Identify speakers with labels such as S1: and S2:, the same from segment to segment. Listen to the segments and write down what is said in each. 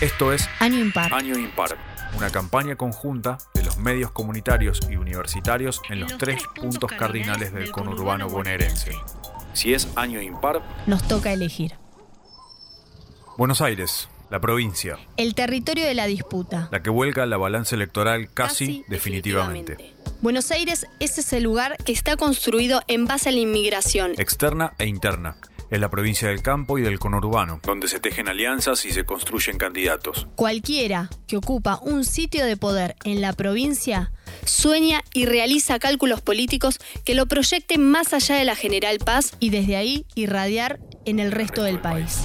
S1: Esto es
S2: Año impar.
S1: Año Impar, una campaña conjunta de los medios comunitarios y universitarios en los, tres puntos cardinales del conurbano bonaerense. Si es Año Impar,
S2: Nos toca elegir.
S1: Buenos Aires, la provincia,
S2: El territorio de la disputa.
S1: la que vuelca la balanza electoral casi, definitivamente.
S2: Buenos Aires es ese lugar que está construido en base a la inmigración.
S1: externa e interna. Es la provincia del campo y del conurbano, donde se tejen alianzas y se construyen candidatos.
S2: Cualquiera que ocupa un sitio de poder en la provincia sueña y realiza cálculos políticos que lo proyecten más allá de la General Paz y desde ahí irradiar en el resto del país.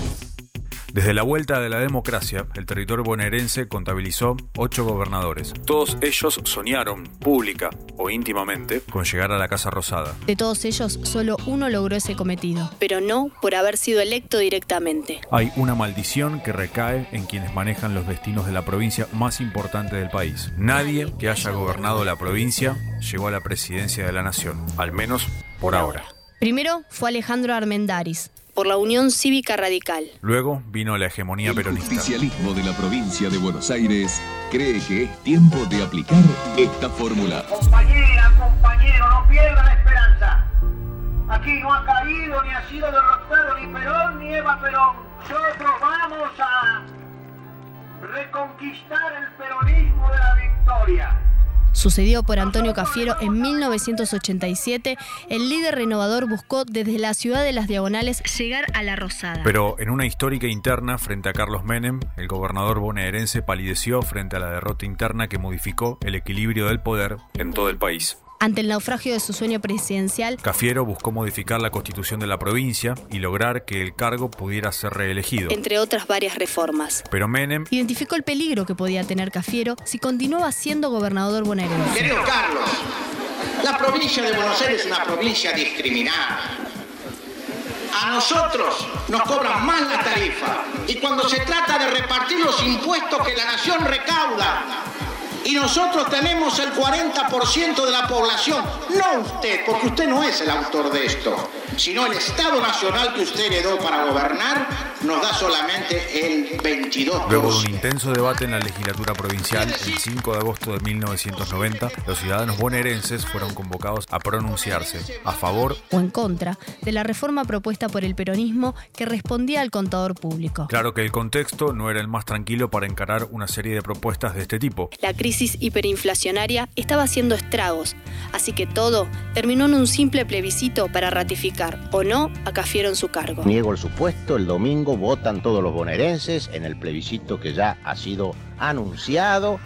S1: Desde la vuelta de la democracia, el territorio bonaerense contabilizó ocho gobernadores. Todos ellos soñaron, pública o íntimamente, con llegar a la Casa Rosada.
S2: De todos ellos, solo uno logró ese cometido. Pero no por haber sido electo directamente.
S1: Hay una maldición que recae en quienes manejan los destinos de la provincia más importante del país. Nadie que haya gobernado la provincia llegó a la presidencia de la nación, al menos por ahora.
S2: Primero fue Alejandro Armendaris. Por la Unión Cívica Radical.
S1: Luego vino la hegemonía
S3: El
S1: peronista.
S3: justicialismo de la provincia de Buenos Aires cree que es tiempo de aplicar esta fórmula.
S4: Compañera, compañero, no pierdan la esperanza. Aquí no ha caído ni ha sido derrotado ni Perón ni Eva Perón. Nosotros vamos a reconquistar el peronismo de la victoria.
S2: Sucedió por Antonio Cafiero en 1987, el líder renovador buscó desde la ciudad de las Diagonales llegar a La Rosada.
S1: Pero en una histórica interna frente a Carlos Menem, el gobernador bonaerense palideció frente a la derrota interna que modificó el equilibrio del poder en todo el país.
S2: Ante el naufragio de su sueño presidencial,
S1: Cafiero buscó modificar la constitución de la provincia y lograr que el cargo pudiera ser reelegido.
S5: entre otras varias reformas.
S1: Pero Menem
S2: identificó el peligro que podía tener Cafiero si continuaba siendo gobernador bonaerense.
S6: Querido Carlos, la provincia de Buenos Aires es una provincia discriminada. A nosotros nos cobran más la tarifa y cuando se trata de repartir los impuestos que la nación recauda, y nosotros tenemos el 40% de la población, no usted, porque usted no es el autor de esto, sino el Estado Nacional que usted heredó para gobernar, nos da solamente el 22%.
S1: Luego de un intenso debate en la legislatura provincial, el 5 de agosto de 1990, los ciudadanos bonaerenses fueron convocados a pronunciarse a favor
S2: o en contra de la reforma propuesta por el peronismo que respondía al contador público.
S1: Claro que el contexto no era el más tranquilo para encarar una serie de propuestas de este tipo.
S5: La crisis hiperinflacionaria estaba haciendo estragos, así que todo terminó en un simple plebiscito para ratificar o no a Cafiero en su cargo.
S7: Niego el supuesto, el domingo votan todos los bonaerenses en el plebiscito que ya ha sido anunciado,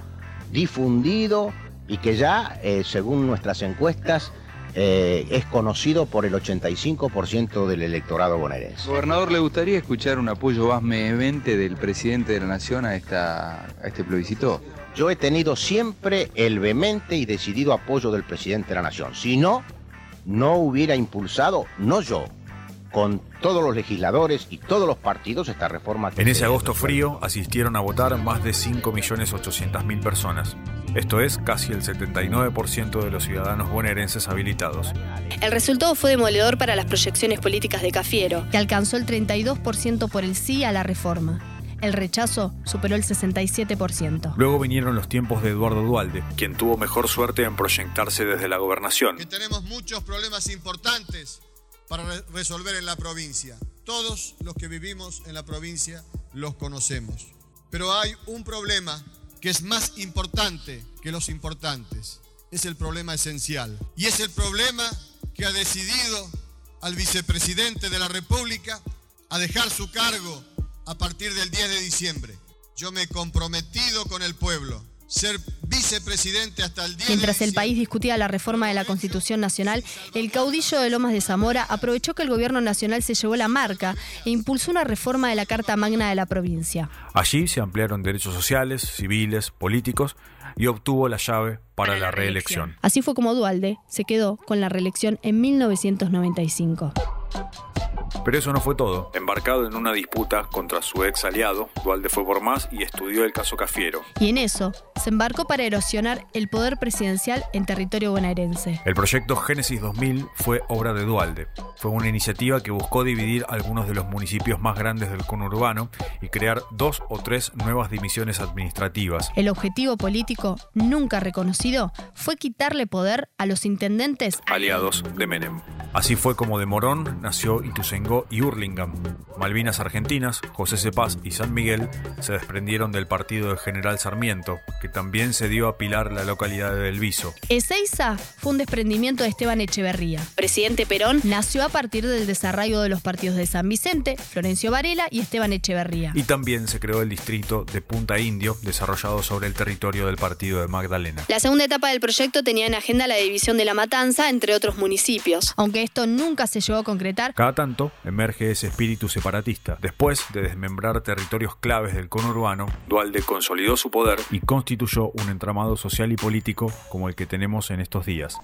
S7: difundido y que ya, eh, según nuestras encuestas, eh, es conocido por el 85% del electorado bonaerense.
S8: Gobernador, ¿le gustaría escuchar un apoyo más vehemente del presidente de la Nación a, esta, a este plebiscito?
S7: Yo he tenido siempre el vehemente y decidido apoyo del presidente de la Nación. Si no, no hubiera impulsado, no yo, con todos los legisladores y todos los partidos esta reforma. que
S1: En ese
S7: ustedes
S1: agosto
S7: resuelven.
S1: frío asistieron a votar más de 5.800.000 personas. Esto es casi el 79% de los ciudadanos bonaerenses habilitados.
S5: El resultado fue demoledor para las proyecciones políticas de Cafiero.
S2: que alcanzó el 32% por el sí a la reforma. El rechazo superó el 67%.
S1: Luego vinieron los tiempos de Eduardo Dualde, quien tuvo mejor suerte en proyectarse desde la gobernación.
S9: que tenemos muchos problemas importantes para re- resolver en la provincia. Todos los que vivimos en la provincia los conocemos. Pero hay un problema que es más importante que los importantes. Es el problema esencial. Y es el problema que ha decidido al vicepresidente de la República a dejar su cargo a partir del 10 de diciembre. Yo me he comprometido con el pueblo, ser vicepresidente hasta el 10
S2: Mientras
S9: de
S2: el
S9: diciembre.
S2: país discutía la reforma de la Constitución Nacional, el caudillo de Lomas de Zamora aprovechó que el gobierno nacional se llevó la marca e impulsó una reforma de la Carta Magna de la provincia.
S1: Allí se ampliaron derechos sociales, civiles, políticos y obtuvo la llave para la reelección.
S2: Así fue como Dualde se quedó con la reelección en 1995.
S1: Pero eso no fue todo. Embarcado en una disputa contra su ex aliado, Dualde fue por más y estudió el caso Cafiero.
S2: Y en eso, se embarcó para erosionar el poder presidencial en territorio bonaerense.
S1: El proyecto Génesis 2000 fue obra de Dualde. Fue una iniciativa que buscó dividir algunos de los municipios más grandes del conurbano y crear dos o tres nuevas divisiones administrativas.
S2: El objetivo político, nunca reconocido, fue quitarle poder a los intendentes
S1: aliados de Menem. Así fue como de Morón nació Ituzaingó y Hurlingham. Malvinas Argentinas, José Cepaz y San Miguel se desprendieron del partido del general Sarmiento, que también se dio a pilar la localidad de Belviso.
S2: Ezeiza fue un desprendimiento de Esteban Echeverría.
S5: Presidente Perón,
S2: Nació a partir del desarrollo de los partidos de San Vicente, Florencio Varela y Esteban Echeverría.
S1: Y también se creó el distrito de Punta Indio, desarrollado sobre el territorio del partido de Magdalena.
S5: la segunda etapa del proyecto tenía en agenda la división de La Matanza, entre otros municipios.
S2: Aunque esto nunca se llegó a concretar,
S1: Cada tanto emerge ese espíritu separatista. Después de desmembrar territorios claves del conurbano, Dualde consolidó su poder y constituyó un entramado social y político como el que tenemos en estos días.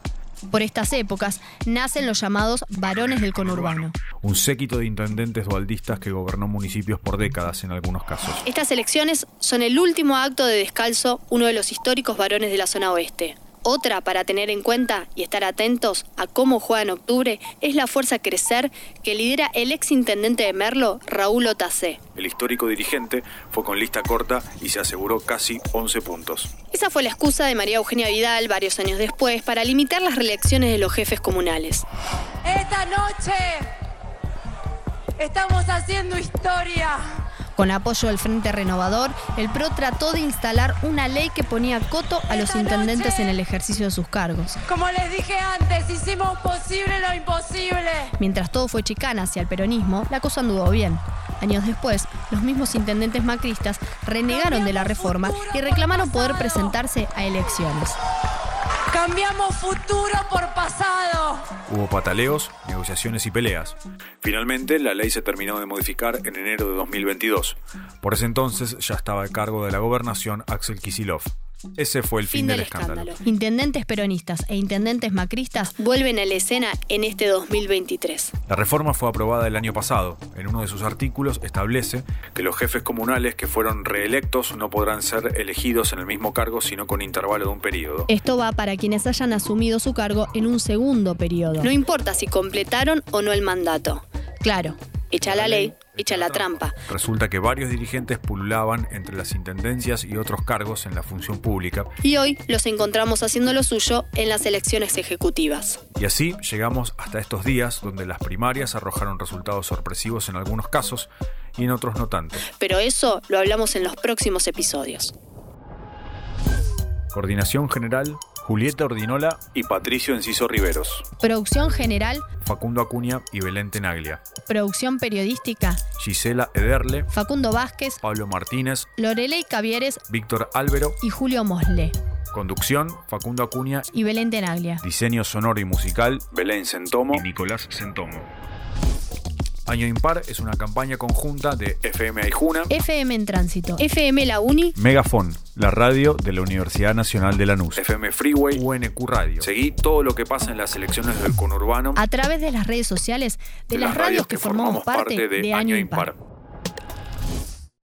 S2: por estas épocas, nacen los llamados varones del conurbano.
S1: Un séquito de intendentes dualdistas que gobernó municipios por décadas en algunos casos.
S5: Estas elecciones son el último acto de Descalzo, uno de los históricos varones de la zona oeste. Otra para tener en cuenta y estar atentos a cómo juega en octubre es la fuerza Crecer que lidera el ex intendente de Merlo, Raúl Otacé.
S1: El histórico dirigente fue con lista corta y se aseguró casi 11 puntos.
S5: Esa fue la excusa de María Eugenia Vidal varios años después para limitar las reelecciones de los jefes comunales.
S10: Esta noche estamos haciendo historia.
S2: Con apoyo del Frente Renovador, el PRO trató de instalar una ley que ponía coto a los intendentes en el ejercicio de sus cargos.
S10: Como les dije antes, hicimos posible lo imposible.
S2: Mientras todo fue chicana hacia el peronismo, la cosa anduvo bien. Años después, los mismos intendentes macristas renegaron de la reforma y reclamaron poder presentarse a elecciones.
S10: Cambiamos futuro por pasado.
S1: Hubo pataleos, negociaciones y peleas. Finalmente, la ley se terminó de modificar en enero de 2022. Por ese entonces ya estaba a cargo de la gobernación Axel Kisilov. Ese fue el fin, del, escándalo.
S2: Intendentes peronistas e intendentes macristas
S5: Vuelven a la escena en este 2023.
S1: La reforma fue aprobada el año pasado. En uno de sus artículos establece que los jefes comunales que fueron reelectos no podrán ser elegidos en el mismo cargo sino con intervalo de un periodo.
S2: Esto va para quienes hayan asumido su cargo en un segundo periodo.
S5: No importa si completaron o no el mandato.
S2: Claro,
S5: Echa la ley, echa la trampa.
S1: Resulta que varios dirigentes pululaban entre las intendencias y otros cargos en la función pública,
S5: Y hoy los encontramos haciendo lo suyo en las elecciones ejecutivas.
S1: y así llegamos hasta estos días donde las primarias arrojaron resultados sorpresivos en algunos casos y en otros no tanto.
S5: Pero eso lo hablamos en los próximos episodios.
S1: Coordinación General, Julieta Ordinola y Patricio Enciso Riveros,
S2: producción general,
S1: Facundo Acuña y Belén Tenaglia,
S2: producción periodística,
S1: Gisela Ederle,
S2: Facundo Vázquez,
S1: Pablo Martínez,
S2: Lorelei Cavieres
S1: Víctor Álvaro,
S2: y Julio Mosle,
S1: conducción Facundo Acuña,
S2: y Belén Tenaglia.
S1: diseño sonoro y musical Belén Centomo y Nicolás Centomo. Año Impar es una campaña conjunta de FM Aijuna,
S2: FM en tránsito.
S5: FM La Uni,
S1: Megafon, la radio de la Universidad Nacional de Lanús, FM Freeway, UNQ Radio. Seguí todo lo que pasa en las elecciones del conurbano
S2: a través de las redes sociales de, las, radios que formamos parte de Año Impar.
S1: Impar.